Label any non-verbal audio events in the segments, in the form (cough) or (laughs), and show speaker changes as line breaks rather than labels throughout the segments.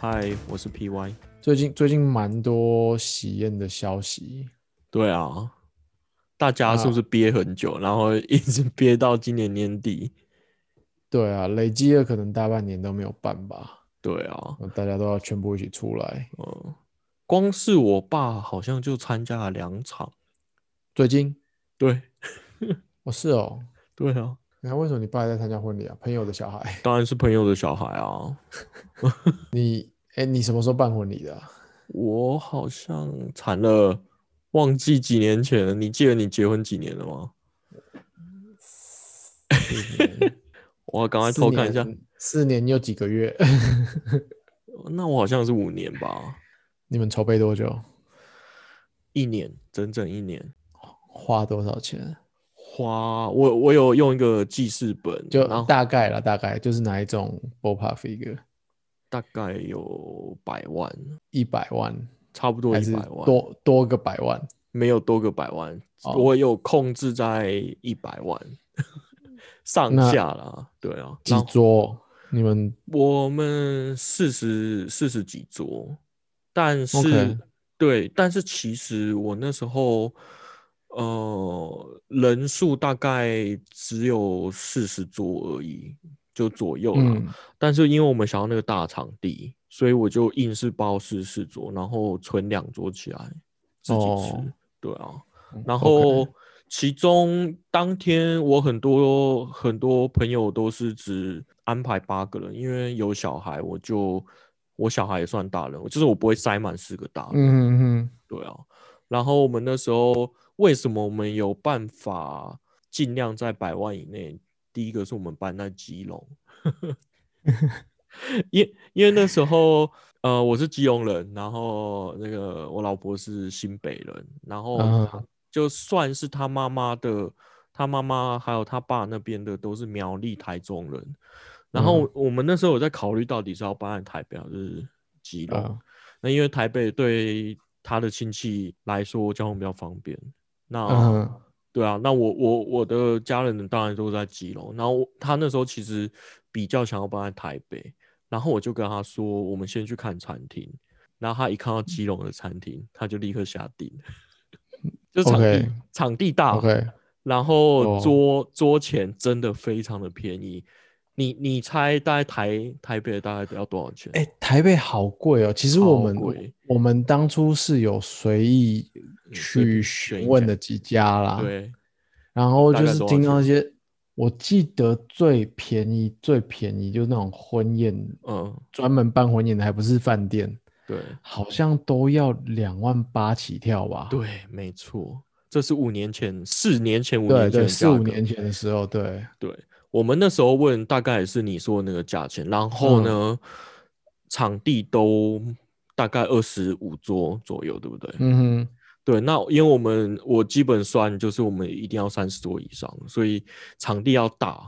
嗨，我是 PY。
最近最近蛮多喜宴的消息，
对啊，大家是不是憋很久，然后一直憋到今年年底？
对啊，累积了可能大半年都没有办吧，
对啊，
呃大家都要全部一起出来。
嗯，光是我爸好像就参加了两场。
最近
对，
哦是哦，
对啊，
你看为什么你爸还在参加婚礼啊？朋友的小孩， (laughs)
当然是朋友的小孩啊。
你哎、你什么时候办婚礼
(laughs)
的啊、
我好像惨了，忘记几年前了。你记得你结婚几年了吗？
四年
我赶快偷看一下
四，年，四年又几个月？ (laughs)
那我好像是五年吧，
你们筹备多久？
一年，整整一年。
花多少钱？
花，我我有用一个记事本，
就
然后
大概了，大概就是哪一种 ballpark figure，
大概有百万，
一百万
差不多
还
一
是
百万，
多多个百万？
没有多个百万，
哦
我有控制在一百万 (laughs) 上
那
下啦。对啊，
几
然后
桌？你们
我们四十四十几桌，但是
OK
对，但是其实我那时候呃人数大概只有四十桌而已，就左右啦。
嗯
但是因为我们想要那个大场地，所以我就硬是包四四桌，然后存两桌起来自己吃。
哦
对啊，
嗯
然
OK
后其中当天我很多很多朋友都是只安排八个人，因为有小孩，我就我小孩也算大人，我就是我不会塞满四个大人。
嗯嗯
对啊，然后我们那时候为什么我们有办法尽量在百万以内？第一个是我们搬在基隆， (laughs) 因因为那时候呃我是基隆人，然后那个我老婆是新北人，然后
嗯
她就算是她妈妈的，她妈妈还有她爸那边的都是苗栗台中人，然后
嗯
我们那时候有在考虑到底是要搬在台北还是基
嗯
隆，
啊
那因为台北对他的亲戚来说交通比较方便，那、
嗯
对啊，那我我我的家人当然都在基隆，然后我他那时候其实比较想要搬在台北，然后我就跟他说，我们先去看餐厅，然后他一看到基隆的餐厅，他就立刻下定， (laughs) 就场地
OK
场地大
，OK，
然后
哦
桌、桌钱真的非常的便宜，你你猜大概台台北大概要多少钱？
哎、台北好贵哦。其实我
超
们
贵
我们当初是有随意
随便
去
选一
询问
家
的几家啦，，
对，
然后
大
就
概
是
多少
听到一些，我记得最便宜最便宜就是那种婚宴，
嗯，
专门办婚宴的，还不是饭店，
对。
好像都要两万八起跳吧？
对，没错，这是五年前、四年前、五
对
年前的
对，四五
价格
年前的时候，对，
对，我们那时候问，大概也是你说的那个价钱。然后
嗯
呢，场地都大概二十五桌左右，对不对？
嗯哼，
对，那因为我们我基本算就是我们一定要三十桌以上，所以场地要大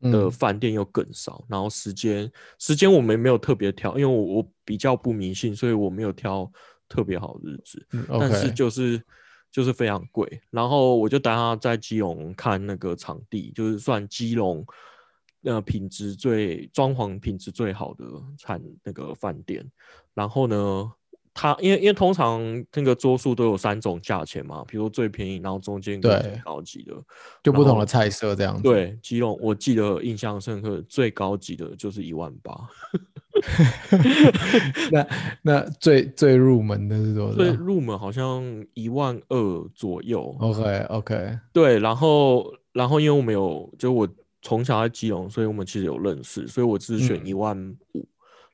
的
嗯
饭店又更少，然后时间时间我们没有特别挑，因为我我比较不迷信，所以我没有挑特别好的日子。
嗯
但是
，OK，
就是就是非常贵。然后我就带他在基隆看那个场地，就是算基隆呃品质最装潢品质最好的餐那个饭店。然后呢，他因为因为通常那个桌数都有三种价钱嘛，比如说最便宜，然后中间跟
对
最高级的。
就不
然
同
后
的菜色这样子，
对，基隆我记得印象深刻，最高级的就是一万八。
那那最最入门的是多
最
少
入门好像一万二左右，
？OK OK，
对，然后然后因为我们有，就我从小在基隆，所以我们其实有认识，所以我只是选
嗯
一万五，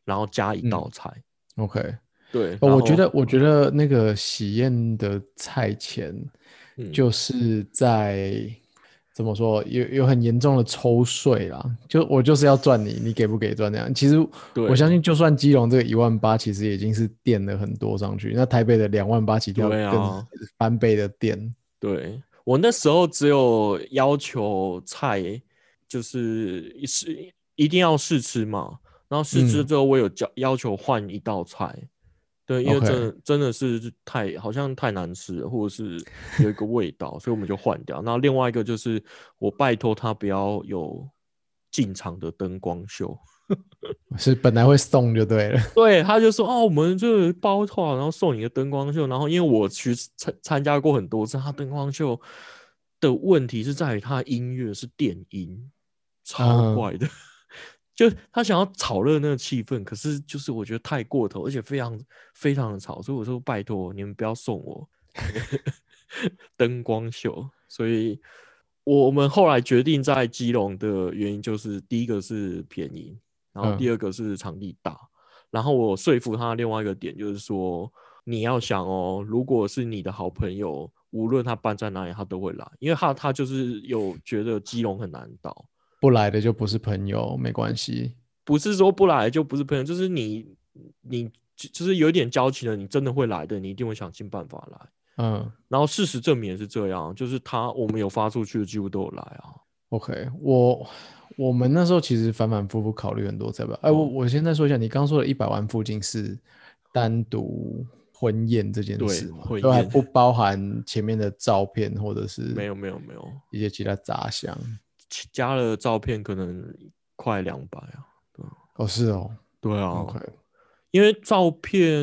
然后加一道菜。
OK，
对，
哦
然
我觉
后
得，我觉得那个喜宴的菜钱，
嗯
就是在、怎么说，有有很严重的抽税啦。就我就是要赚你，你给不给赚那样。其实
对
我相信，就算基隆这个一万八，其实也已经是垫了很多上去。那台北的两万八起跳，
对啊
更是翻倍的垫。
对我那时候只有要求菜，就是一是一定要试吃嘛，然后试吃
嗯
之后我有要要求换一道菜。对，因为
OK
真的真的是太好像太难吃了，或者是有一个味道，所以我们就换掉。那另外一个就是我拜托他不要有进场的灯光秀，
是本来会送就对了， (laughs)
(laughs) 对，他就说哦，我们就包套，然后送你个灯光秀。然后因为我去参参加过很多次，他灯光秀的问题是在于他音乐是电音，超
嗯
怪的。 (laughs) 就他想要炒热那个气氛，可是就是我觉得太过头，而且非常非常的吵，所以我说拜托你们不要送我 (laughs) 灯光秀。所以我我们后来决定在基隆的原因就是，第一个是便宜，然后
嗯
第二个是场地大。然后我说服他另外一个点就是说，你要想哦，如果是你的好朋友，无论他搬在哪里，他都会来，因为他他就是有觉得基隆很难到，
不来的就不是朋友，没关系。
不是说不来就不是朋友，就是你你就就是有点交情的，你真的会来的，你一定会想尽办法来。
嗯
然后事实证明也是这样，就是他我们有发出去的几乎都有来啊。
，OK，我我们那时候其实反反复复考虑很多才吧。哎，
嗯
我我现在说一下，你刚说的一百万附近是单独婚宴这件
对
事嘛，
婚
都还
宴
不包含前面的照片或者是
没有没有没有，
一些其他杂项。
其加了照片可能快两百啊。
哦，是哦
对啊
，OK，
因为照片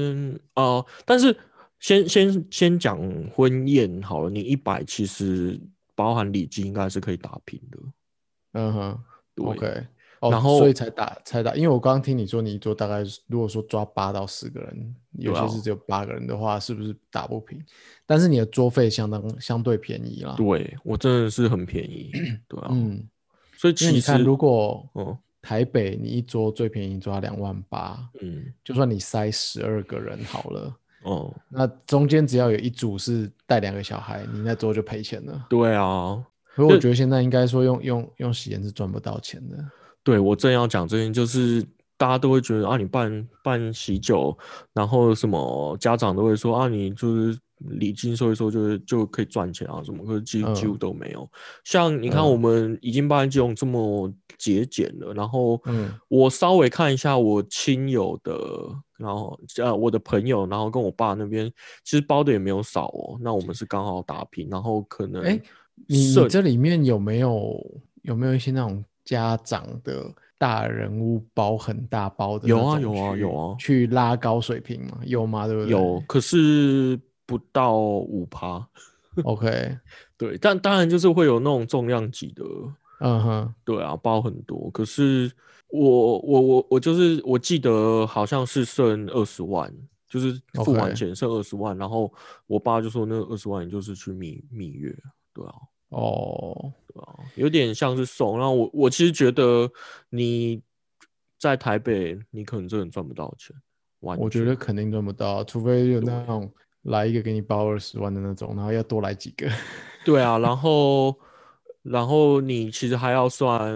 啊、呃但是先先先讲婚宴好了，你一百其实包含礼金应该是可以打平的。
嗯哼
对
，OK。哦，
然后
所以才打才打，因为我刚刚听你说，你桌大概如果说抓八到十个人，有
对啊
些是只有八个人的话，是不是打不平？但是你的桌费相当相对便宜啦。
对我真的是很便宜，对啊，
嗯，
所以
因为
其
你
实
看，如果
嗯
台北你一桌最便宜抓两万八，
嗯
就算你塞十二个人好了，
哦、
那中间只要有一组是带两个小孩，你那桌就赔钱了。
对啊，
所以我觉得现在应该说用用用喜宴是赚不到钱的。
对我正要讲这件，就是大家都会觉得啊，你办办喜酒，然后什么家长都会说啊，你就是礼金收一收就就可以赚钱啊什么，可是几
嗯
几乎都没有。像你看，
嗯
我们已经办这种这么节俭了，然后
嗯
我稍微看一下我亲友的，然后呃我的朋友，然后跟我爸那边其实包的也没有少哦，那我们是刚好打平，然后可能
哎你
设
你这里面有没有有没有一些那种家长的大人物包很大包的那
有
种
啊
去？
有啊有啊
去拉高水平嘛？有吗？对不对？
有，可是不到五趴。
OK，
对，但当然就是会有那种重量级的，
嗯哼，
对啊，包很多。可是我我我我就是我记得好像是剩二十万，就是付完
OK
钱剩二十万然后我爸就说那二十万你就是去蜜蜜月，对啊，
哦，
对啊，有点像是送。然后我我其实觉得你在台北你可能真的赚不到钱，完
我觉
全
得肯定赚不到，啊除非有那种来一个给你包二十万的那种，然后要多来几个。 (laughs)
对啊，然后然后你其实还要算，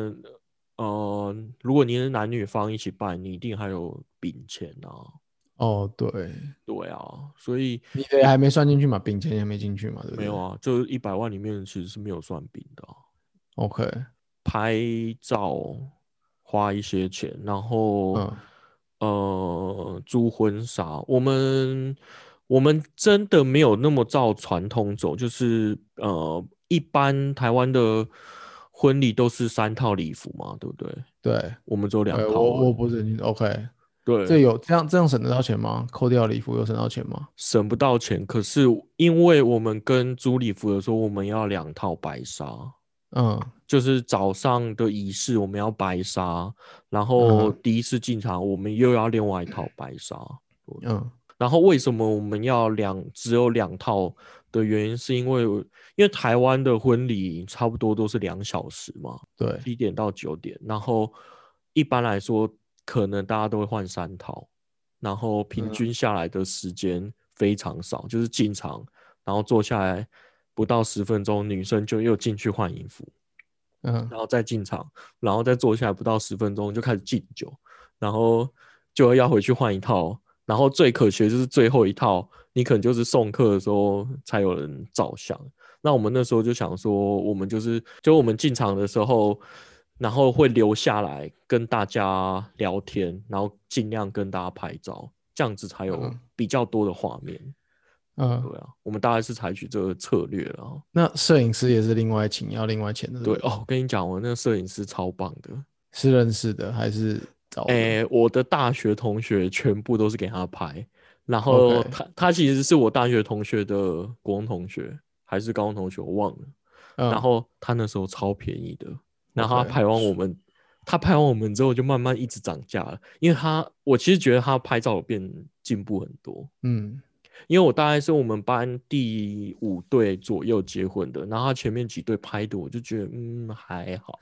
呃，如果你是男女方一起办，你一定还有饼钱啊，
哦，对，
对啊，所以
你的还没算进去嘛，饼钱也没进去嘛，对不对？
没有啊，就是一百万里面其实是没有算饼的啊、
OK，
拍照花一些钱，然后、
嗯
呃租婚纱，我们我们真的没有那么照传统走，就是呃一般台湾的婚礼都是三套礼服嘛，对不对？
对，
我们只有两
哎
套
我
而已，
我不是 OK，
对
这有这样这样省得到钱吗？扣掉礼服有省到钱吗？
省不到钱，可是因为我们跟租礼服的时候，我们要两套白纱。
嗯。
就是早上的仪式，我们要白纱，然
嗯
后
哼
第一次进场，我们又要另外一套白纱。
嗯
然后为什么我们要两只有两套的原因，是因为因为台湾的婚礼差不多都是两小时嘛，，
对，
七点到九点，然后一般来说可能大家都会换三套，然后平
嗯
均下来的时间非常少，就是进场然后坐下来不到十分钟，女生就又进去换衣服，
嗯，
然后再进场，然后再坐下来不到十分钟就开始敬酒，然后就要回去换一套，然后最可惜的就是最后一套，你可能就是送客的时候才有人照相。那我们那时候就想说，我们就是就我们进场的时候，然后会留下来跟大家聊天，然后尽量跟大家拍照，这样子才有
嗯
比较多的画面。
嗯，
对啊，我们大概是采取这个策略了啊。
那摄影师也是另外请，要另外钱的，
对哦
不，
哦，我跟你讲，我那个摄影师超棒的。
是认识的还是招的？
诶、我的大学同学全部都是给他拍，然后
OK
他他其实是我大学同学的国中同学还是高中同学，我忘了。
嗯
然后他那时候超便宜的，然后他
OK
拍完我们，他拍完我们之后就慢慢一直涨价了，因为他我其实觉得他拍照有变进步很多，
嗯
因为我大概是我们班第五队左右结婚的，然后他前面几队拍的，我就觉得嗯还好，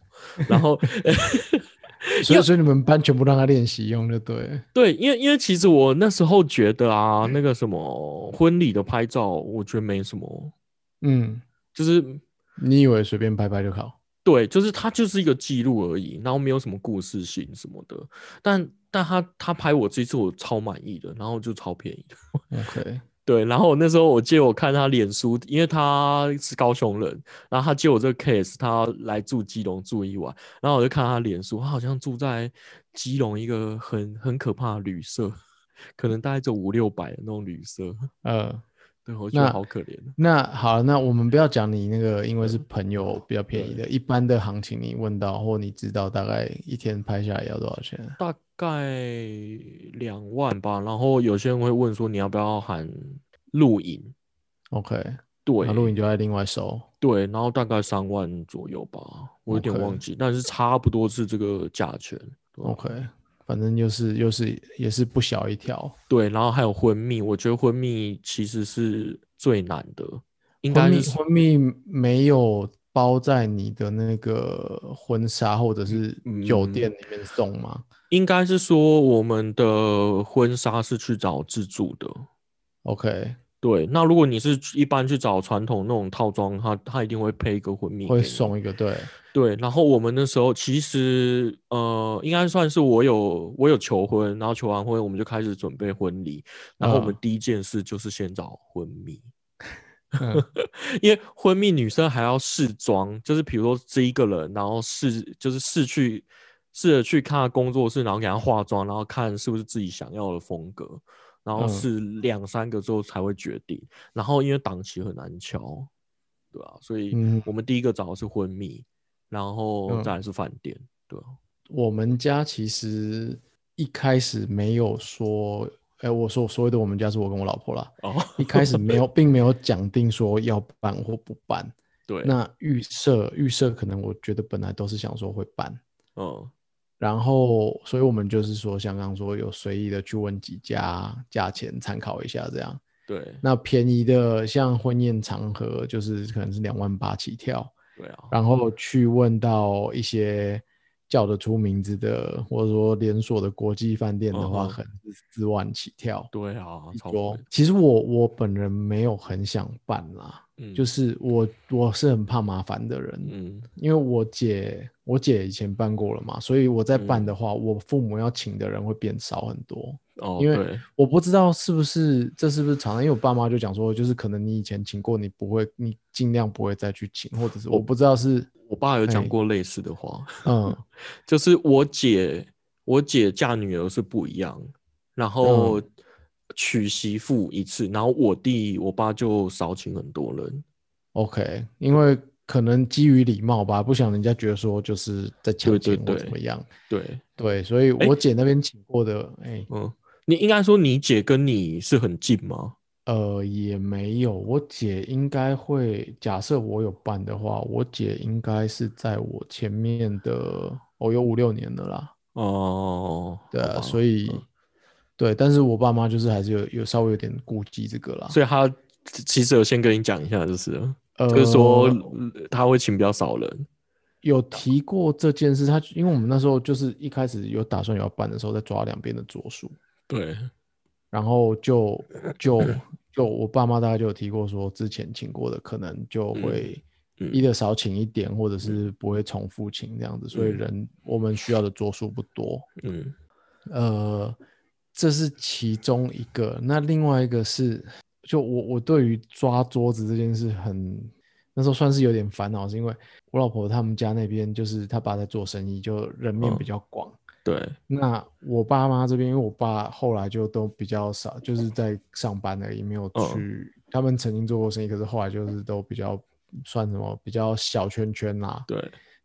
(laughs)
然后
所以所以你们班全部让他练习用就对了。
对，因为因为其实我那时候觉得啊，那个什么婚礼的拍照，我觉得没什么，
嗯，
就是
你以为随便拍拍就好？
对，就是它就是一个记录而已，然后没有什么故事性什么的。但但他他拍我这一次我超满意的，然后就超便宜的。
OK，
对，然后那时候我借我看他脸书，因为他是高雄人，然后他借我这个 case，他来住基隆住一晚，然后我就看他脸书，他好像住在基隆一个很很可怕的旅社，可能大概就五六百的那种旅社，
呃，
对我觉得
那
好可怜。啊
那好，那我们不要讲你那个，因为是朋友比较便宜的，一般的行情你问到或你知道大概一天拍下来要多少钱？
大概两万吧，然后有些人会问说你要不要含露营？
OK，
对
那，录影就要另外收。
对，然后大概三万左右吧，我有点
OK
忘记但是差不多是这个价钱。对吧
OK，反正又是又是也是不小一条。
对，然后还有婚蜜，我觉得婚蜜其实是最难的，应
婚
该
蜜
是
婚蜜没有包在你的那个婚纱或者是
嗯
酒店里面送吗？
应该是说我们的婚纱是去找自助的。
OK，
对，那如果你是一般去找传统那种套装，它它一定会配一个婚蜜，
会送一个对，
对，然后我们那时候其实呃，应该算是我有我有求婚，然后求完婚我们就开始准备婚礼，然后我们
嗯
第一件事就是先找婚蜜，
(laughs) 嗯
因为婚蜜女生还要试妆，就是比如说这一个人，然后试就是试去试着去看她工作室，然后给她化妆，然后看是不是自己想要的风格，然后
嗯
试两三个之后才会决定，然后因为档期很难敲，对啊，所以
嗯
我们第一个找的是婚蜜，然后
嗯
再来是饭店，对啊，
我们家其实一开始没有说，哎、我说我所谓的我们家是我跟我老婆啦，
哦，
一开始没有，并没有讲定说要办或不办。
对，
那预设预设可能我觉得本来都是想说会办，
嗯
然后所以我们就是说像刚刚说有随意的去问几家价钱参考一下这样。
对
那便宜的像婚宴场合就是可能是两万八起跳，
对啊，
然后去问到一些叫得出名字的，或者说连锁的国际饭店的话，
嗯哼
可能是四万起跳。
对啊，超贵
说
的，
其实我我本人没有很想办啦，
嗯，
就是我我是很怕麻烦的人，
嗯
因为我姐我姐以前办过了嘛，所以我在办
嗯
的话，我父母要请的人会变少很多。
哦，
因为
对
我不知道是不是这是不是常因为我爸妈就讲说，就是可能你以前请过，你不会，你尽量不会再去请，或者是我不知道是
我爸有讲
哎
过类似的话，
嗯
就是我姐，我姐嫁女儿是不一样，然后
嗯
娶媳妇一次，然后我弟我爸就少请很多人，
OK，因为可能基于礼貌吧，不想人家觉得说就是在抢
对对
钱或
对
怎么样，
对，
对，所以我姐那边请过的，哎、
嗯，你应该说你姐跟你是很近吗？
呃，也没有，我姐应该会，假设我有办的话，我姐应该是在我前面的，哦，有五六年了啦。
哦，
对
好
啊，
吧
所以、
嗯
对，但是我爸妈就是还是有有稍微有点顾忌这个啦。
所以他其实有先跟你讲一下，就是了
呃，
就是说他会请比较少人，
有提过这件事，他因为我们那时候就是一开始有打算有要办的时候，再抓两边的桌数，
对，
然后就就就我爸妈大概就有提过说，之前请过的可能就会
嗯
一的少请一点，或者是不会重复请这样子，所以人我们需要的桌数不多。
嗯
呃，这是其中一个。那另外一个是，就我我对于抓桌子这件事很，那时候算是有点烦恼，是因为我老婆他们家那边就是她爸在做生意，就人面
嗯
比较广。
对，
那我爸妈这边，因为我爸后来就都比较少，就是在上班而已，没有
嗯
去。他们曾经做过生意，可是后来就是都比较算什么比较小圈圈啦、
对，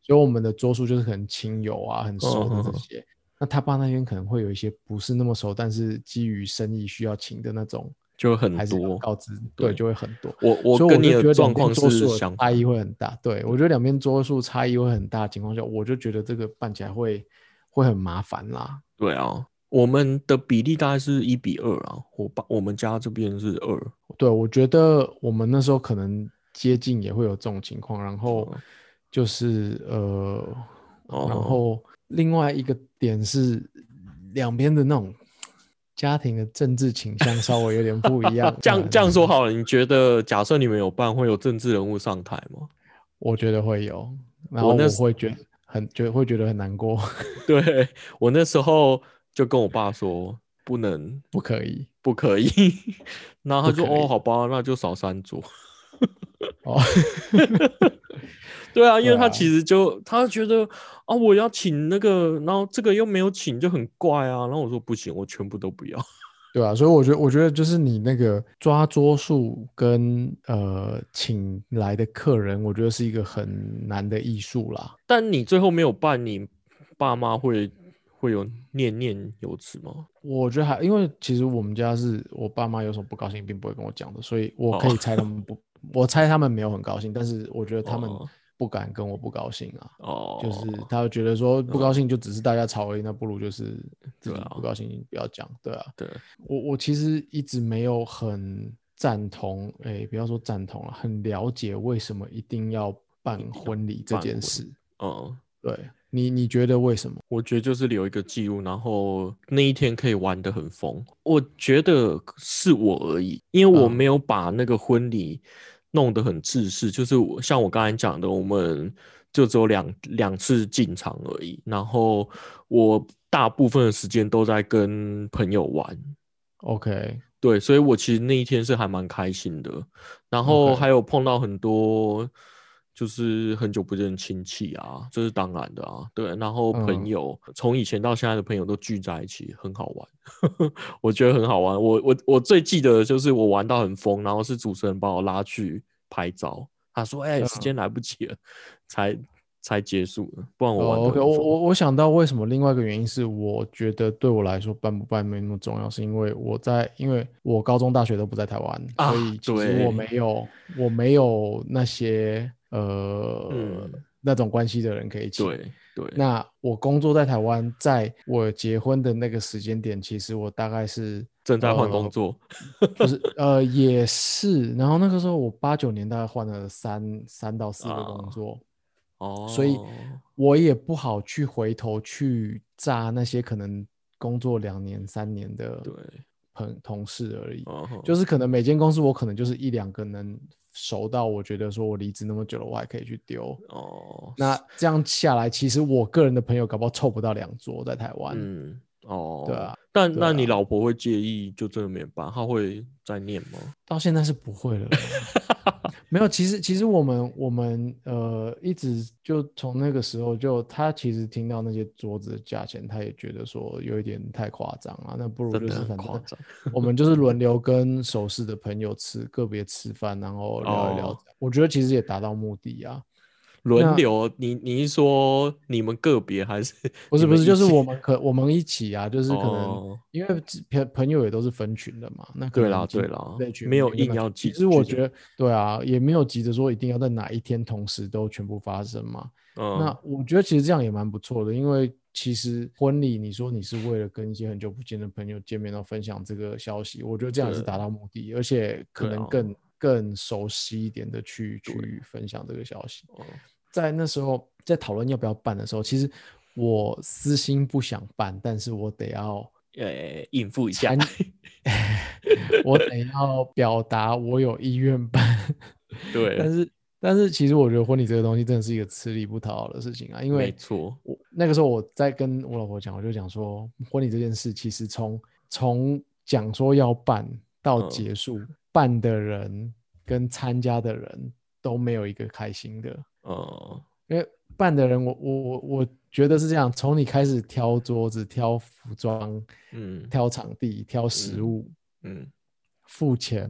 所以我们的桌数就是很亲友啊，很熟
嗯嗯
的
嗯
这些。那他爸那边可能会有一些不是那么熟，但是基于生意需要请的那种，
就很
还是要
多。
告知，
对
对，就会很多。
我我
所以
跟
就
你
觉得
的状
两边
况
桌
是
数的
相
差异会很大。对我觉得两边桌数差异会很大的情况下，我就觉得这个办起来会会很麻烦啦。
对啊，我们的比例大概是一比二啊，我爸我们家这边是二，
对，我觉得我们那时候可能接近也会有这种情况，然后
嗯
就是呃，
哦
然后另外一个点是两边的那种家庭的政治倾向稍微有点不一样
(laughs) 。这样这样
嗯
说，好了，你觉得假设你们有办，会有政治人物上台吗？ (laughs)
我觉得会有，然
我
后
那
我
时
会觉得很觉会觉得很难过， (laughs)
对我那时候就跟我爸说，不能
不可以
不可以， (laughs) 然后他
不
就
可以
哦，好吧，那就少三桌。
哦。
(laughs) 对啊，因为他
对啊
其实就、他觉得啊，我要请那个，然后这个又没有请，就很怪啊。然后我说不行，我全部都不要。 (laughs)
对啊，所以我觉得，我觉得就是你那个抓桌数跟呃请来的客人，我觉得是一个很难的艺术啦。
但你最后没有办，你爸妈会会有念念有词吗？
我觉得还因为其实我们家是我爸妈有什么不高兴，并不会跟我讲的，所以我
哦
可以猜他们不，我猜他们没有很高兴，但是我觉得他们
哦
不敢跟我不高兴啊，
哦，嗯
就是他会觉得说不高兴就只是大家吵而已，那不如就是自己不高兴不要讲，对啊。
啊对，
我我其实一直没有很赞同，哎，不要说赞同了，很了解为什么一定要办婚礼这
办
件
婚
事。
嗯，
对你，你觉得为什么？
我觉得就是留一个记录，然后那一天可以玩得很疯。我觉得是我而已，因为我
嗯
没有把那个婚礼弄得很制式，就是我像我刚才讲的，我们就只有两两次进场而已，然后我大部分的时间都在跟朋友玩，
OK，
对，所以我其实那一天是还蛮开心的，然后
OK
还有碰到很多就是很久不见的亲戚啊，这是当然的啊，对，然后朋
嗯
友从以前到现在的朋友都聚在一起，很好玩， (laughs) 我觉得很好玩。我我我最记得的就是我玩到很疯，然后是主持人把我拉去拍照，他说：“哎、
嗯
时间来不及了，才才结束了，不然我玩
哦
的
，OK，
很疯。
我我我想到为什么另外一个原因是，我觉得对我来说办不办没那么重要，是因为我在，因为我高中、大学都不在台湾，
啊
所以其实
对
我没有我没有那些呃、
嗯
那种关系的人可以请。
对对，
那我工作在台湾，在我结婚的那个时间点，其实我大概是
正在换
嗯
工作，
就是呃也是，然后那个时候我八九年大概换了三三到四个
啊
工作。
哦，
所以我也不好去回头去炸那些可能工作两年、三年的
对，
朋同事而已。
哦
就是可能每间公司我可能就是一两个能熟到，我觉得说我离职那么久了，我还可以去丢。
哦，
那这样下来，其实我个人的朋友搞不好凑不到两桌在台湾。
嗯，哦，
对啊，
但
对
那你
啊
老婆会介意，就真的没办法，她会再念吗？
到现在是不会
(laughs)
了啦。没有，其实其实我们我们呃一直就从那个时候就他其实听到那些桌子的价钱，他也觉得说有一点太夸张啊，那不如
真
就
的
是
很
反
夸
正
张
我们就是轮流跟熟识的朋友吃个别吃饭，然后聊一聊。
哦
我觉得其实也达到目的啊，
轮
那
流，你你是说你们个别还是
不是不
你们
是
一
就是
起
我们可我们一起啊，就是可能、
哦
因为只朋朋友也都是分群的嘛，那可
对
能
啦
进
对啦
这群
没有
每个
硬
人
要
其
聚
实我
聚
觉得对啊，也没有急着说一定要在哪一天同时都全部发生嘛。
嗯
那我觉得其实这样也蛮不错的，因为其实婚礼你说你是为了跟一些很久不见的朋友见面，然后分享这个消息，我觉得这样也是
对
达到目的，而且可
对
能
啊
更、更熟悉一点的去去分享这个消息。
哦
在那时候在讨论要不要办的时候，其实我私心不想办，但是我得要，
呃应付一下
参，我得要表达我有意愿办。 (laughs) 但
对，
是，但是其实我觉得婚礼这个东西真的是一个吃力不讨好的事情啊，因
没
为
错，
我那个时候我在跟我老婆讲，我就讲说，婚礼这件事其实从从讲说要办到
嗯
结束，办的人跟参加的人都没有一个开心的。
嗯
因为办的人我，我我我觉得是这样，从你开始挑桌子、挑服装、
嗯
挑场地、挑食
嗯
物、
嗯，
付钱，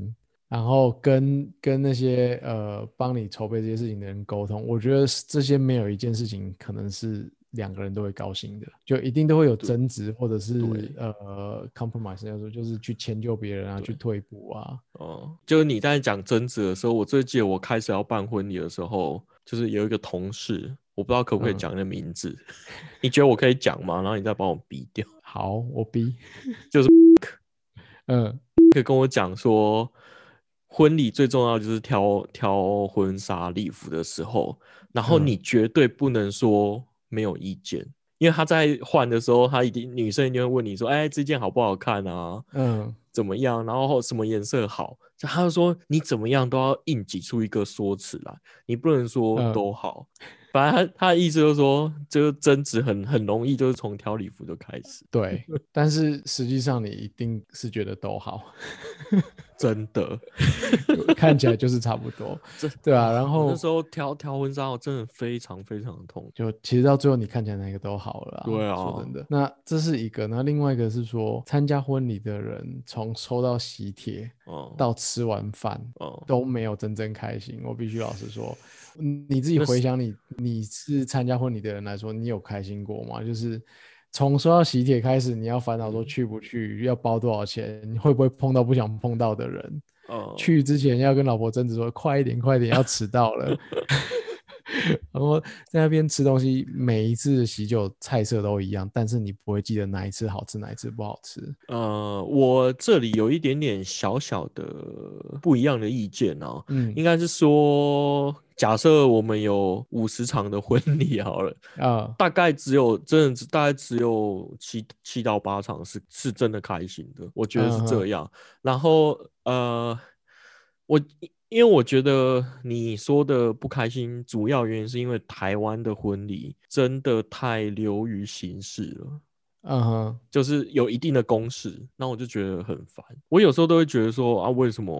然后跟跟那些呃帮你筹备这些事情的人沟通，我觉得是这些没有一件事情可能是两个人都会高兴的，就一定都会有争执或者是
对
呃 compromise，要说就是去迁就别人啊，去退步啊，
哦，就是你在讲争执的时候，我最记得我开始要办婚礼的时候，就是有一个同事，我不知道可不可以
嗯
讲那名字， (laughs) 你觉得我可以讲吗？然后你再帮我逼掉。
好，我逼，
(laughs) 就是
嗯，
可以跟我讲说，婚礼最重要就是挑挑婚纱礼服的时候，然后
嗯
你绝对不能说没有意见，因为他在换的时候，他一定女生一定会问你说，哎，这件好不好看啊？
嗯
怎么样？然后什么颜色好？就他就说你怎么样都要硬挤出一个说辞来，你不能说
嗯
都好。反正他他的意思就是说，就是争执很很容易，就是从挑礼服就开始， (laughs)
对，但是实际上你一定是觉得都好，
真的。
看起来就是差不多
(laughs) 这，
对啊，然
我
后
那时候挑挑婚纱，我真的非常非常的痛苦。
就其实到最后你看起来哪个都好了啦，
对啊
说真的。那这是一个，那另外一个是说，参加婚礼的人从收到喜帖
哦、
到吃完饭
哦、
都没有真正开心，我必须老实说，嗯你自己回想你你是参加婚礼的人来说，你有开心过吗？就是。从收到喜帖开始，你要烦恼
嗯
说去不去，要包多少钱，你会不会碰到不想碰到的人，
哦，
去之前要跟老婆争执说快一点，快一点，要迟到
(laughs)
了。然后在那边吃东西，每一次的喜酒菜色都一样，但是你不会记得哪一次好吃，哪一次不好吃。
呃，我这里有一点点小小的不一样的意见哦，
嗯
应该是说，假设我们有五十场的婚礼好了，
啊、
大概只有真的只大概只有七七到八场是是真的开心的，我觉得是
嗯
这
哼
样。然后呃，我因为我觉得你说的不开心，主要原因是因为台湾的婚礼真的太流于形式了。
嗯哼，
就是有一定的公式，那我就觉得很烦。我有时候都会觉得说啊，为什么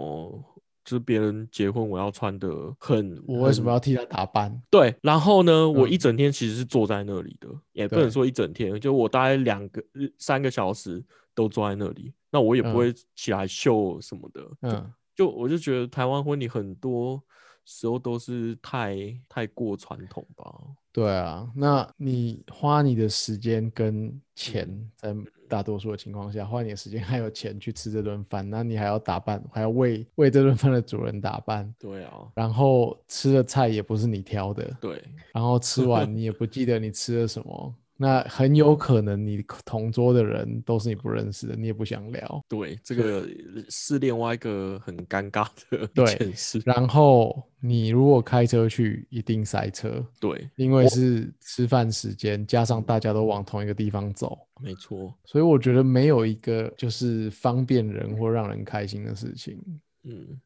就是别人结婚我要穿的很，
我为什么
很
要替他打扮？
对，然后呢，我一
嗯
整天其实是坐在那里的，也不能
对
说一整天，就我大概两个三个小时都坐在那里，那我也不
嗯
会起来秀什么的。就
嗯，
就我就觉得台湾婚礼很多时候都是太太过传统吧。
对啊。那你花你的时间跟钱，在
嗯
大多数的情况下，花你的时间还有钱去吃这顿饭，那你还要打扮，还要为为这顿饭的主人打扮，
对啊，
然后吃的菜也不是你挑的。
对，
然后吃完你也不记得你吃了什么，那很有可能你同桌的人都是你不认识的，你也不想聊。
对，这
(laughs)
个是另外一个很尴尬的
对
一件事。
然后你如果开车去，一定塞车，
对，
因为是吃饭时间，加上大家都往同一个地方走，
没错。
所以我觉得没有一个就是方便人或让人开心的事情。
嗯，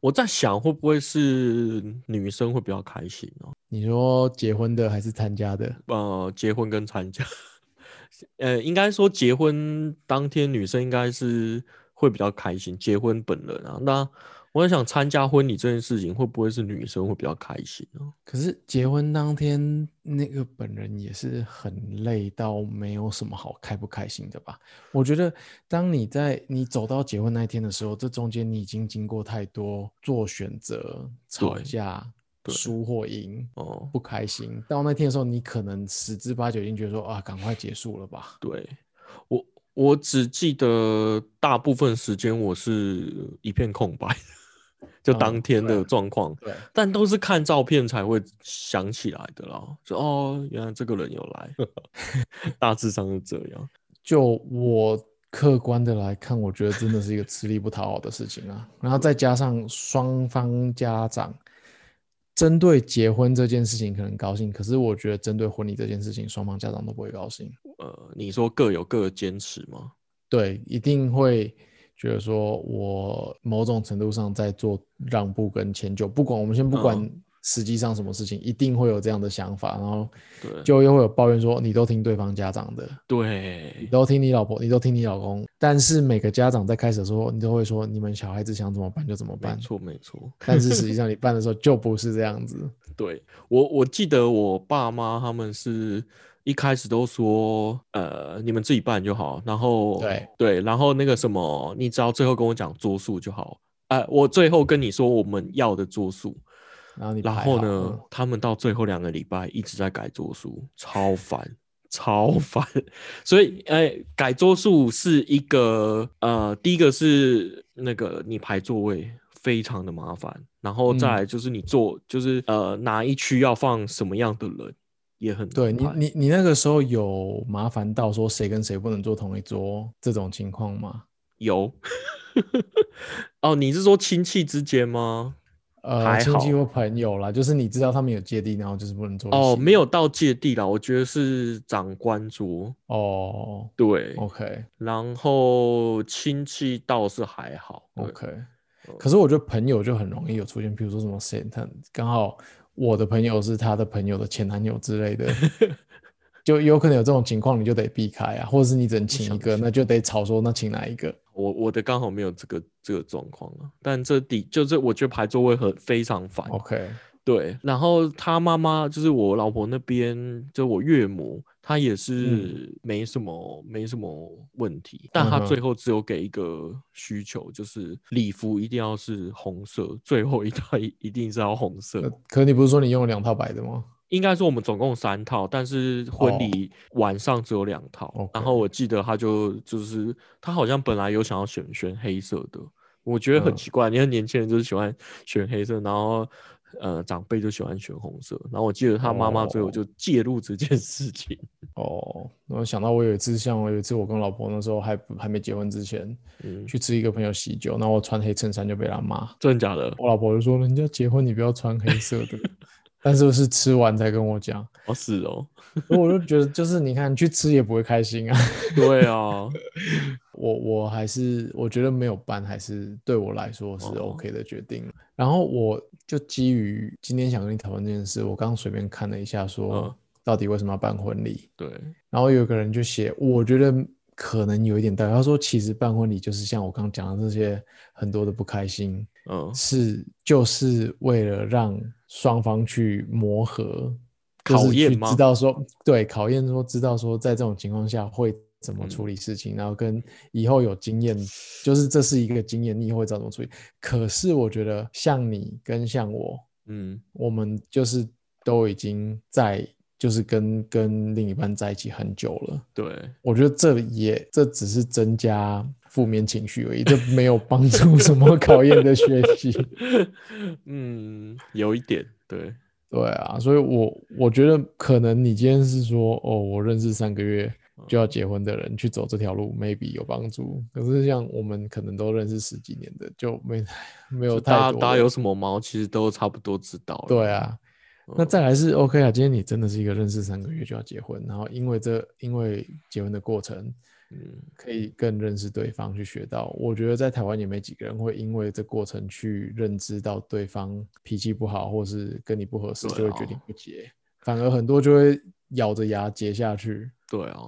我在想会不会是女生会比较开心哦、
你说结婚的还是参加的？
呃，结婚跟参加， (laughs) 呃，应该说结婚当天女生应该是会比较开心，结婚本人啊。那我在想参加婚礼这件事情会不会是女生会比较开心呢、
可是结婚当天，那个本人也是很累到没有什么好开不开心的吧？我觉得，当你在你走到结婚那一天的时候，这中间你已经经过太多做选择、吵
对
架、
对
输或赢、
哦，
不开心。到那天的时候，你可能十之八九已经觉得说啊，赶快结束了吧。
对我我只记得大部分时间我是一片空白，就
嗯
当天
对
的状况。
对，
但都是看照片才会想起来的啦。说哦，原来这个人有来，大致上是这样。
就我客观的来看，我觉得真的是一个吃力不讨好的事情啊。然后再加上双方家长针对结婚这件事情可能高兴，可是我觉得针对婚礼这件事情，双方家长都不会高兴。
呃，你说各有各的坚持吗？
对，一定会觉得说我某种程度上在做让步跟迁就，不管我们先不管
嗯
实际上什么事情，一定会有这样的想法，然后
对，
就又会有抱怨说你都听对方家长的。你
对，
都听你老婆，你都听你老公，但是每个家长在开始的时候，你都会说你们小孩子想怎么办就怎么
没
办，
错，没错。
但是实际上你办的时候就不是这样子。
对我，我记得我爸妈他们是一开始都说，呃，你们自己办就好，然后
对
对，然后那个什么，你只要最后跟我讲桌数就好，呃，我最后跟你说我们要的桌数，
然后你
然
排
后
好哦
呢，他们到最后两个礼拜一直在改桌数，超烦，超烦。所以，哎、改桌数是一个呃，第一个是那个你排座位非常的麻烦，然后再
嗯
来就是你坐，就是呃哪一区要放什么样的人也很
对
难
你
排，
你你那个时候有麻烦到说谁跟谁不能坐同一桌这种情况吗？
有。 (laughs) 哦，你是说亲戚之间吗？
呃，
还
亲戚
好
或朋友啦，就是你知道他们有芥蒂，然后就是不能坐一
哦，
起
没有到芥蒂啦，我觉得是长官桌。
哦
对，
，OK
然后亲戚倒是还好。对
OK，
嗯
可是我觉得朋友就很容易有出现，比如说什么谁他刚好我的朋友是他的朋友的前男友之类的，
(laughs)
就有可能有这种情况，你就得避开啊，或者是你只能请
想
一
一
个，那就得吵说那请哪一个。
我我的刚好没有这个这个状况啊，但这底就是我觉得排座位很非常烦。
OK，
对，然后他妈妈就是我老婆那边，就我岳母，她
嗯
也是没什么、没什么问题，但她
嗯哼
最后只有给一个需求，就是礼服一定要是红色，最后一套一一定是要红色。
那呃可你不是说你用了两套白的吗？
应该说我们总共三套，但是婚礼晚上只有两套。
哦 OK
然后我记得他就就是他好像本来有想要选选黑色的，我觉得很
嗯
奇怪，因为年轻人就是喜欢选黑色，然后呃长辈就喜欢选红色。然后我记得他妈妈最后
哦
就介入这件事情。
(laughs) 哦，我想到我有一次，像我有一次我跟老婆那时候还不还没结婚之前，
嗯，
去吃一个朋友喜酒，然后我穿黑衬衫就被他骂，
(laughs) 真的假的？
我老婆就说人家结婚你不要穿黑色
(laughs)
的，但是是吃完才跟我讲，
哦，是哦，
(laughs) 所以我就觉得就是你看去吃也不会开心啊， (laughs)
对啊，
我我还是我觉得没有办还是对我来说是
哦
OK 的决定，然后我就基于今天想跟你讨论这件事，我刚刚随便看了一下说
嗯
到底为什么要办婚礼。
对，
然后有个人就写，我觉得可能有一点道理。他说，其实办婚礼就是像我刚刚讲的这些很多的不开心，
嗯，
是就是为了让双方去磨合，就是
考验
去
吗
知道说对考验说知道说在这种情况下会怎么处理事
嗯
情，然后跟以后有经验，就是这是一个经验，你以后会知道怎么处理。可是我觉得像你跟像我，
嗯，
我们就是都已经在就是跟跟另一半在一起很久了，
对， (laughs)
我觉得这也这只是增加负面情绪而已，这没有帮助什么考验的学习。
嗯，有一点，对，
对啊，所以我我觉得可能你今天是说哦，我认识三个月
嗯
就要结婚的人去走这条路，maybe 有帮助。可是像我们可能都认识十几年的，就没没有
就
太
大
多
家
的。
大家有什么毛，其实都差不多知道了。
对啊，
嗯，
那再来是 OK 啊，今天你真的是一个认识三个月就要结婚，然后因为这因为结婚的过程
嗯。
可以更认识对方，去学到。我觉得在台湾也没几个人会因为这过程去认知到对方脾气不好，或是跟你不合适，
对
就会
啊
决定不结，反而很多就会咬着牙结下去，
对啊，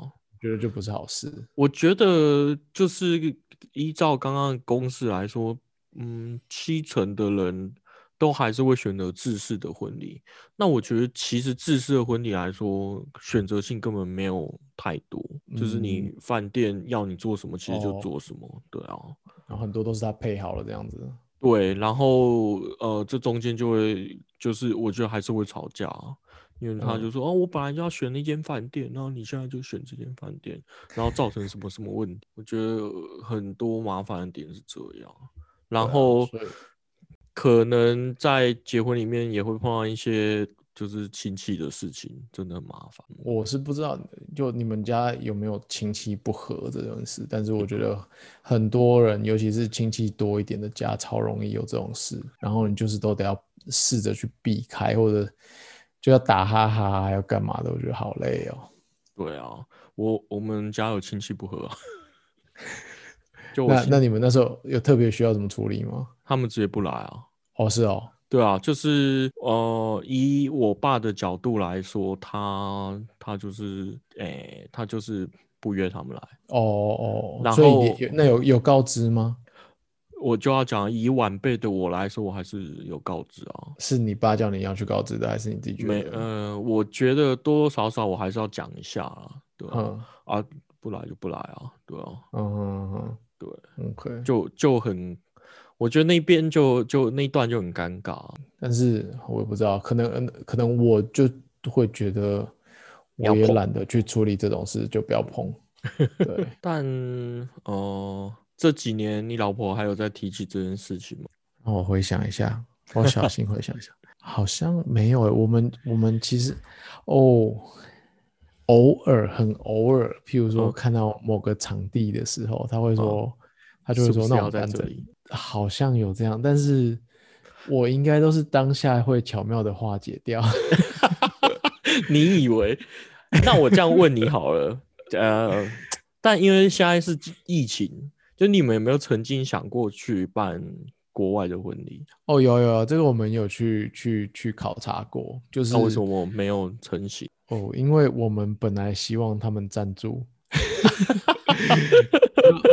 觉得就不是好事。
我觉得就是依照刚刚的公式来说，嗯，七成的人都还是会选择制式的婚礼。那我觉得其实制式的婚礼来说，选择性根本没有太多，就是你饭店要你做什么，其实就
哦
做什么。对啊，
然后很多都是他配好了这样子。
对，然后呃，这中间就会就是我觉得还是会吵架啊，因为他
嗯
就说、哦，我本来就要选那间饭店，然后你现在就选这间饭店，然后造成什么什么问题？我觉得很多麻烦的点是这样，然
对啊
后
所以
可能在结婚里面也会碰到一些就是亲戚的事情，真的很麻烦。
我是不知道，就你们家有没有亲戚不和这种事，但是我觉得很多人，尤其是亲戚多一点的家，超容易有这种事。然后你就是都得要试着去避开，或者就要打哈哈，还要干嘛的，我觉得好累哦。
对啊，我我们家有亲戚不和啊、 (laughs) 就我
那
亲
那你们那时候有特别需要怎么处理吗？
他们直接不来啊。
哦，是哦，
对啊，就是呃，以我爸的角度来说，他他就是诶、他就是不约他们来。
哦哦哦，
然
所以
后
你有那有有告知吗？
我就要讲，以晚辈的我来说，我还是有告知啊。
是你爸叫你要去告知的，还是你自己觉
没
得？
呃，我觉得多多少少我还是要讲一下啦，对啊，
嗯
啊，不来就不来啊，对啊，
嗯嗯嗯，
对，
嗯，OK，
就就很，我觉得那边就就那一段就很尴尬。啊
但是我也不知道，可能嗯可能我就会觉得，
要
我也
碰
懒得去处理这种事，就不要 (laughs) 碰。对，
但呃，这几年你老婆还有在提起这件事情吗？
让我回想一 (laughs) 下，我小心回想一下，好像没有欸、我们我们其实哦，偶尔很偶尔，譬如说
嗯
看到某个场地的时候，他会说，他
他
就会说，那我
要
们
在
搬
这
这
里。
好像有这样，但是我应该都是当下会巧妙的化解 (laughs) 掉。
(laughs) 你以为？那我这样问你好了，呃，但因为现在是疫情，就你们有没有曾经想过去办国外的婚礼？
哦，有有有，这个我们有去去去考察过，就是
那为什么没有成型？
哦，因为我们本来希望他们赞
(laughs)
助，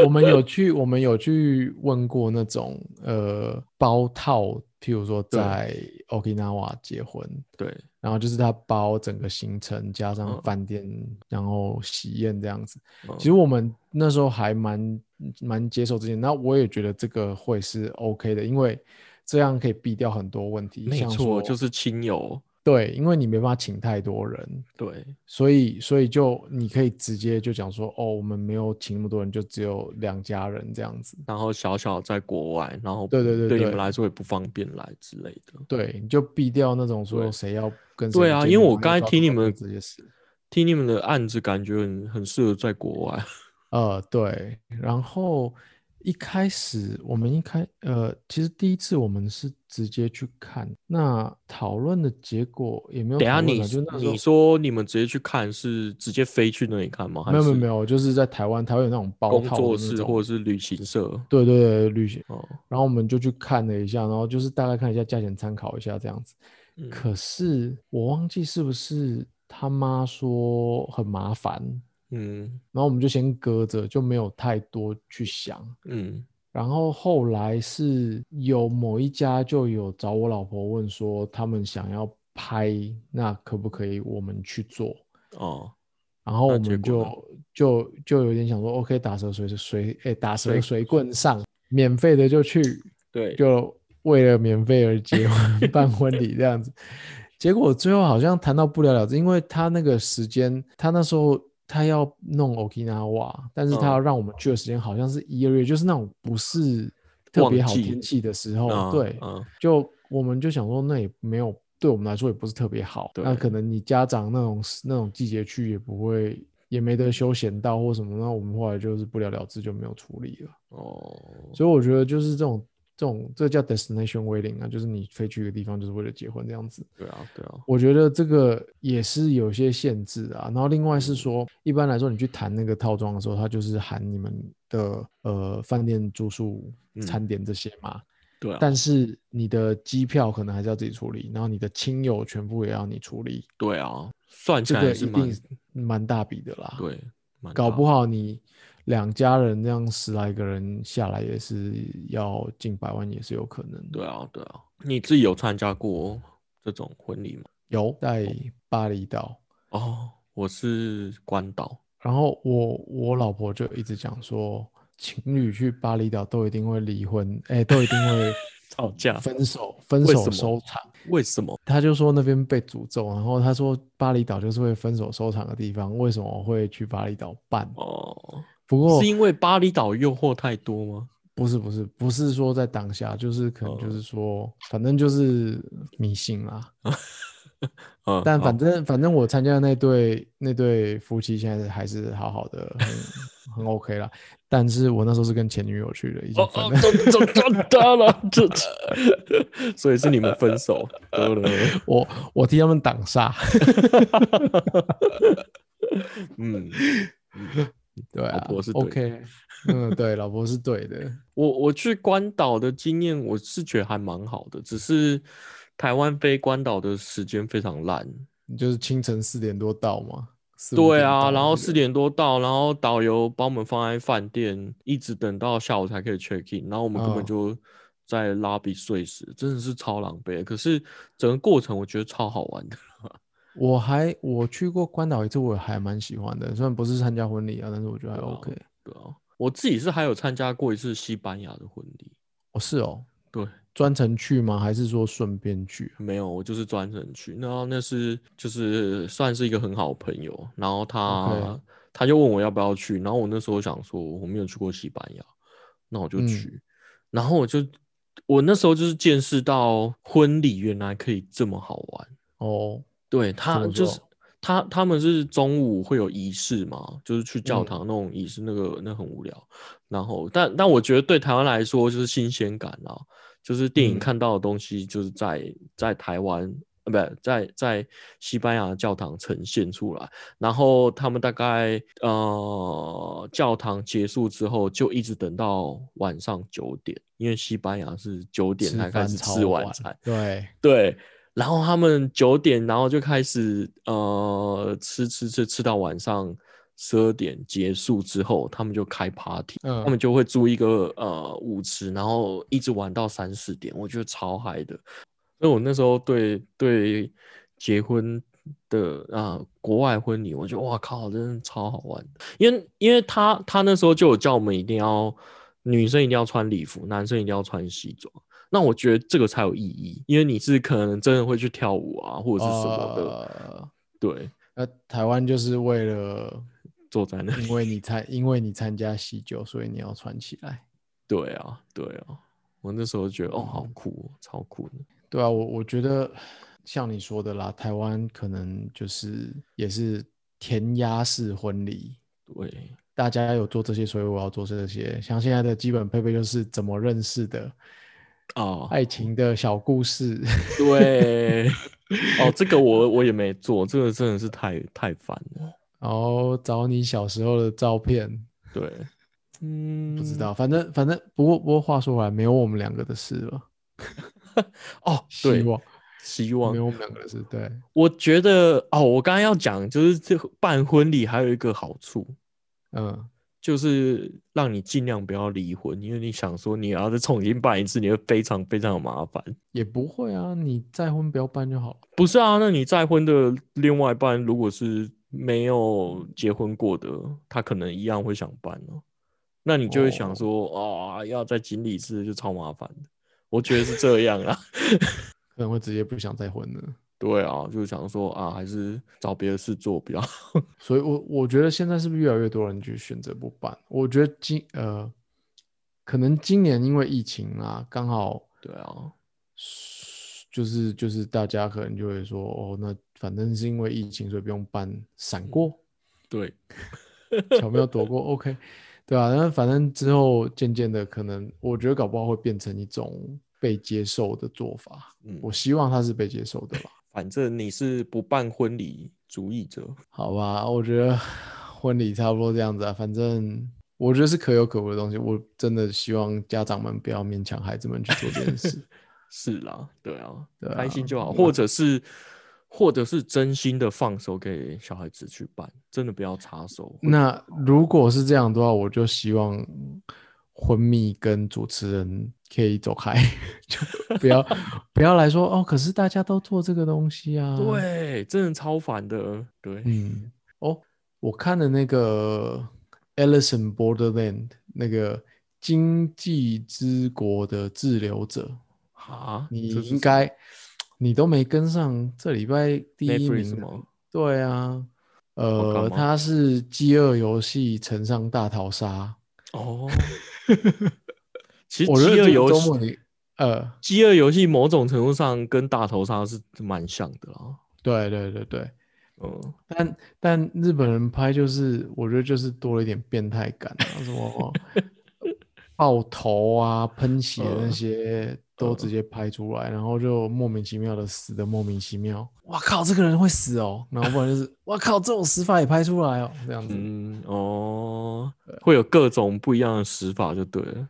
我们有去我们有去问过那种呃包套，譬如说
对
在 Okinawa 结婚，
对，
然后就是他包整个行程加上
嗯
饭店，然后喜宴这样子。
嗯
其实我们那时候还蛮蛮接受这些，那我也觉得这个会是 OK 的，因为这样可以避掉很多问题。
没
像
错，
说
就是亲友。
对，因为你没办法请太多人，
对，
所以所以就你可以直接就讲说，哦，我们没有请那么多人，就只有两家人这样子。
然后小小在国外，然后
对对对
对你
对
们来说也不方便来之类的。
对，你就避掉那种说
对
谁要跟谁
对啊，因为我刚才听你们
这些事。
听你们的案子，感觉很很适合在国外。
呃，对，然后一开始我们一开呃，其实第一次我们是直接去看，那讨论的结果也没有
等一
讨
下
论
你
啊就那时候
你说你们直接去看是直接飞去那里看吗？还
没有没有
是
没有，就是在台湾，台湾有那种包
工
套
作
的那
室
种
或者是旅行社
对对对旅行，
哦，
然后我们就去看了一下，然后就是大概看一下价钱，参考一下这样子。
嗯
可是我忘记是不是他妈说很麻烦，
嗯
然后我们就先搁着，就没有太多去想。
嗯
然后后来是有某一家就有找我老婆问说，他们想要拍，那可不可以我们去做？
哦，
然后
那
我
结
们
果呢
就就就有点想说，OK，打蛇随随哎打蛇
随
随棍上，免费的就去，
对，
就为了免费而结
(laughs)
婚办婚礼这样子。结果最后好像谈到不了了之，因为他那个时间，他那时候他要弄 Okinawa，但是他
嗯
要让我们去的时间好像是一二月，就是那种不是特别
旺
好
季
天气的时候，
嗯
哦对，
嗯
就我们就想说，那也没有对我们来说也不是特别好，
对
那可能你家长那种那种季节去也不会。也没得休闲到或什么，那我们后来就是不了了之，就没有处理了。
哦，
所以我觉得就是这种这种，这叫 destination wedding 啊，就是你飞去一个地方就是为了结婚这样子。
对啊对啊，
我觉得这个也是有些限制啊。然后另外是
嗯
说，一般来说你去谈那个套装的时候，它就是含你们的呃饭店住宿、
嗯
餐点这些嘛。
对啊
但是你的机票可能还是要自己处理，然后你的亲友全部也要你处理，
对啊，算起
这
来
个一
也是蛮
定蛮大笔的啦。，
对，蛮
搞
大
不好你两家人这样十来个人下来也是要近百万，也是有可能的。
对啊对啊，你自己有参加过这种婚礼吗？
有在巴厘岛，
哦，我是关岛，
然后我我老婆就一直讲说，情侣去巴厘岛都一定会离
(laughs)
婚，哎，都一定会
吵架
分手，分
为
手
什么
收场。
为什么？
她就说那边被诅咒，然后她说巴厘岛就是会分手收场的地方，为什么我会去巴厘岛办？
哦，
不过
是因为巴厘岛诱惑太多吗？
不是不是不是说在当下，就是可能
哦
就是说，反正就是迷信啦。
嗯，
但
好
反正反正我参加的那对那对夫妻现在还是好好的，很很 OK 啦。但是我那时候是跟前女友去的，已经
哦
分
哦，
了。
这这这当了，这， (laughs) 所以是你们分 (laughs) 手得了，
我我替他们挡煞， (laughs)
嗯，
对啊，
老婆是对的
OK，嗯，对，老婆是对的。
我我去关岛的经验，我是觉得还蛮好的，只是台湾飞关岛的时间非常烂。
就是清晨四点多到嘛，四五
对
点
啊，
到
然后
这
四
个
点多到，然后导游把我们放在饭店，一直等到下午才可以 check in，然后我们根
嗯
本就在 lobby 睡死，真的是超狼狈的。可是整个过程我觉得超好玩的。
我还我去过关岛一次，我还蛮喜欢的，虽然不是参加婚礼啊，但是我觉得还
对啊
OK。
对啊，我自己是还有参加过一次西班牙的婚礼，
哦，是哦，
对，
专程去吗？还是说顺便去？
没有，我就是专程去。然后那是就是算是一个很好的朋友，然后他
OK
他就问我要不要去，然后我那时候想说我没有去过西班牙，那我就
嗯
去。然后我就我那时候就是见识到婚礼原来可以这么好玩。
哦，
对
怎
他
么
就是
说
他他们是中午会有仪式嘛，就是去教
嗯
堂那种仪式，那个那很无聊。然后但但我觉得对台湾来说就是新鲜感啦，就是电影
嗯
看到的东西就是在、在台湾。呃，不在在西班牙的教堂呈现出来，然后他们大概呃教堂结束之后，就一直等到晚上九点，因为西班牙是九点
吃
才开
饭
始
超
吃晚
晚
餐，
对，
对，然后他们九点，然后就开始呃吃吃吃吃到晚上十二点结束之后，他们就开 party，、
嗯，
他们就会租一个呃舞池，然后一直玩到三四点，我觉得超嗨的。所以我那时候对对结婚的啊、国外婚礼，我觉得哇靠，真的超好玩的因为因为他他那时候就有叫我们一定要女生一定要穿礼服，男生一定要穿西装。那我觉得这个才有意义，因为你是可能真的会去跳舞啊，或者是什么的，
呃
对，
那台湾就是为了
坐
(laughs)
在那里，
因为你参因为你参加喜酒，所以你要穿起来。
对啊，对啊，我那时候觉得哦，好
嗯
酷、哦，超酷的，
对啊，我我觉得像你说的啦，台湾可能就是也是填鸭式婚礼，
对，
大家有做这些，所以我要做这些。像现在的基本配备就是怎么认识的，
哦，
爱情的小故事。
对， (laughs) 哦，这个我我也没做，这个真的是太太烦了，
然后找你小时候的照片，
对， (laughs) 嗯，
不知道，反正反正，不过不过话说回来，没有我们两个的事了。
哦，
希
对，
望
希
没
望
有我们两个的事，对，
我觉得哦，我刚刚要讲就是这办婚礼还有一个好处，
嗯，
就是让你尽量不要离婚，因为你想说你要再重新办一次，你会非常非常麻烦。
也不会啊，你再婚不要办就好了。
不是啊，那你再婚的另外一半如果是没有结婚过的，他可能一样会想办哦、那你就会想说啊、要再经历一次就超麻烦的。我觉得是这样 (laughs) 啊，
可能会直接不想再婚了。
对啊，就是想说啊，还是找别的事做比较好。 (laughs)
所以我，我觉得现在是不是越来越多人就选择不办？我觉得今呃，可能今年因为疫情啊，刚好
对啊，
就是就是大家可能就会说，哦，那反正是因为疫情，所以不用办，闪过，
对，
巧妙躲过，OK，对啊，那反正之后渐渐的，可能我觉得搞不好会变成一种被接受的做法。
嗯，
我希望它是被接受的吧。
反正你是不办婚礼主义者，
好吧，我觉得婚礼差不多这样子啊，反正我觉得是可有可无的东西。我真的希望家长们不要勉强孩子们去做这件事。
是啦，对啊，
对啊
开心就好，或者是或者是真心的放手给小孩子去办，真的不要插手。
那如果是这样的话，我就希望婚蜜跟主持人可以走开， (laughs) 就不要不要来说哦。可是大家都做这个东西啊。，
对，真的超烦的，对，
嗯，哦，我看了那个《Alison Borderland》那个经济之国的滞留者。
啊，
你
这是
应该你都没跟上这礼拜第一
Netflix
名
吗
啊。对啊，
好看
呃，
吗
它是《饥饿游戏》乘上大逃杀。
哦。其实
我觉得
饥饿
这个
游
周
戏
末，你呃，
饥饿游戏某种程度上跟大头杀是蛮像的啦，
对对对对，
嗯，
但但日本人拍就是，我觉得就是多了一点变态感啊，什
(laughs)
么爆头啊、喷血那
呃
些都
呃
直接拍出来，然后就莫名其妙的死的莫名其妙。哇靠，这个人会死哦！然后不然就是哇靠，这种死法也拍出来哦，这样子。
嗯哦，会有各种不一样的死法就对了，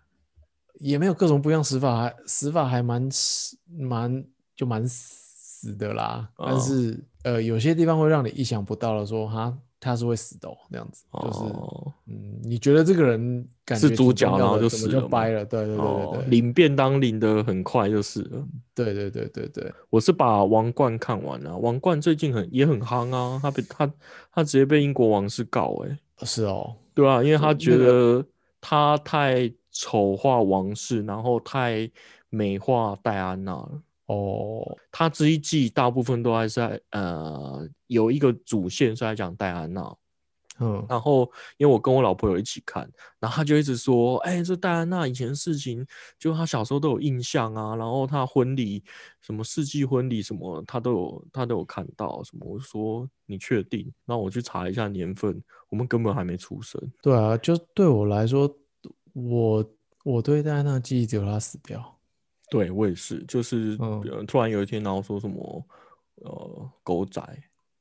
也没有各种不一样死法，还死法还蛮死蛮就蛮死的啦。
哦
但是呃，有些地方会让你意想不到的说，哈，他是会死的、哦，这样子，就是、
哦，
嗯，你觉得这个人感觉
是主
挺重要
角然后
的
就
怎
死
么
了
就
吗
掰了，对对
哦
对，嗯对
领便当领的很快就是了。
对，对对对对对，
我是把《王冠》看完了、王冠》最近很也很夯啊，他被他他直接被英国王室告哎、
是哦，
对啊，因为他
那
觉
个
得他太丑化王室，然后太美化戴安娜了。
哦，
他这一季大部分都还是在呃有一个主线是在讲戴安娜，
嗯，
然后因为我跟我老婆有一起看，然后她就一直说，哎、这戴安娜以前的事情，就她小时候都有印象啊，然后她婚礼什么世纪婚礼什么，她都有她都有看到什么。我就说你确定？那我去查一下年份，我们根本还没出生。
对啊，就对我来说，我我对戴安娜记忆只有她死掉。
对我也是，就是、
嗯
呃突然有一天，然后说什么呃狗仔，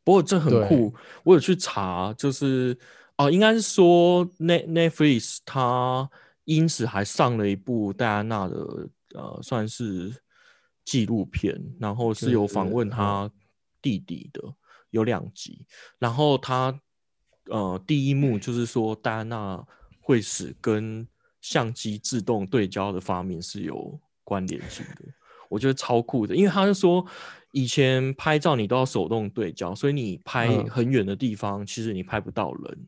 不过这很
对
酷，我有去查，就是哦、应该是说 Net Netflix 它因此还上了一部戴安娜的呃算是纪录片，然后是有访
是
问
嗯
她弟弟的，有两集，然后他呃第一幕就是说戴安娜会使跟相机自动对焦的发明是有关联性的，我觉得超酷的，因为他是说以前拍照你都要手动对焦，所以你拍
嗯
很远的地方，其实你拍不到人。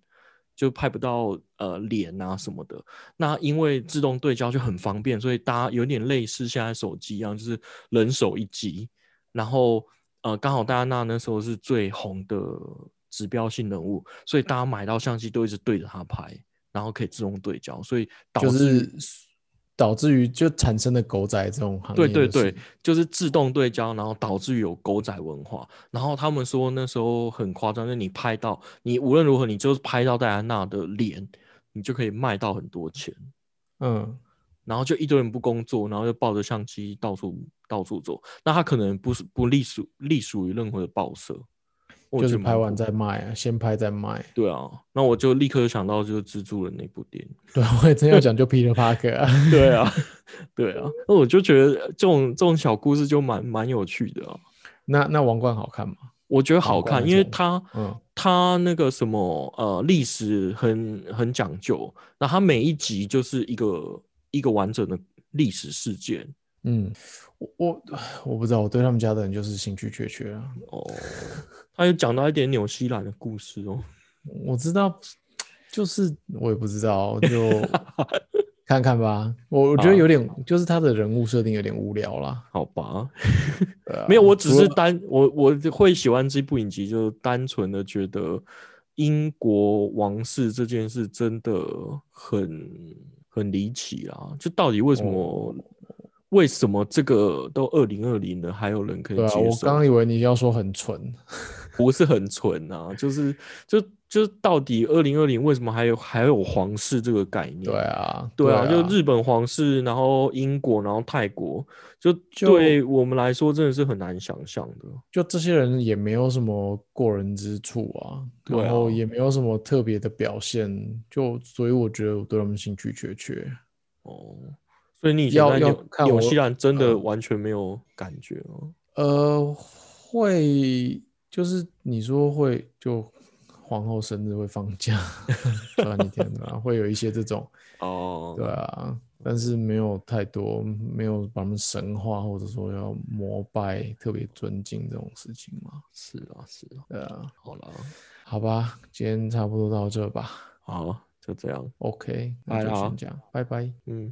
就拍不到呃脸啊什么的，那因为自动对焦就很方便，所以大家有点类似现在手机一样，就是人手一机，然后呃，刚好戴安娜那时候是最红的指标性人物，所以大家买到相机都一直对着她拍，然后可以自动对焦，所以导致、
就是导致于就产生了狗仔这种行业、
对对对，，就是自动对焦，然后导致有狗仔文化。然后他们说那时候很夸张，就是你拍到你无论如何，你就是拍到戴安娜的脸，你就可以卖到很多钱。
嗯，
然后就一堆人不工作，然后就抱着相机到处到处走。那他可能不是不隶属隶属于任何的报社，我
就
觉
是
得蛮
拍完
酷
再卖啊， (laughs) 先拍再卖。
对啊，那我就立刻就想到就是蜘蛛人那部电影。 (laughs)
对，我也真要讲就 Peter Parker 啊。 (laughs)
对啊， (laughs) 对啊，那我就觉得这种这种小故事就蛮蛮有趣的啊。
那那王冠好看吗？
我觉得好
难怪
看，
会
因为
这样
它
嗯，
它那个什么呃历史很很讲究，那它每一集就是一个一个完整的历史事件
嗯，我我我不知道，我对他们家的人就是兴趣缺缺啊。
哦。 (laughs) 它有讲到一点纽西兰的故事哦， (laughs)
我知道，就是我也不知道，
(laughs)
就看看吧。我我觉得有点，就是他的人物设定有点无聊啦。
好吧，
对啊
(laughs) 没有，我只
除
是
了
单我我会喜欢这部影集，就是单纯的觉得英国王室这件事真的很很离奇啦，就到底为什
哦
么、为什么这个都二零二零了，还有人可以
对啊，
接
我
受？
刚以为你要说很纯，
不是很纯啊，就是就就到底二零二零为什么还有还有皇室这个概念？
对啊，
嗯对啊，
啊，
就日本皇室，然后英国，然后泰国，就
就
对我们来说真的是很难想象的。
就这些人也没有什么过人之处啊，
对啊
然后也没有什么特别的表现，就所以我觉得我对他们兴趣缺缺。
哦，所以你以前
要
在
要
纽
看
纽
我
西兰真的
嗯
完全没有感觉哦。
呃，会就是你说会就皇后生日会放假 (laughs) 转一天啊，会有一些这种，
哦
对啊，但是没有太多，没有把他们神化或者说要膜拜、特别尊敬这种事情嘛，
是啊，是啊，
对啊，
好啦，
好吧，今天差不多到这吧
好，就这样，
，OK，那
拜
就
啦
先这样，拜拜。
嗯，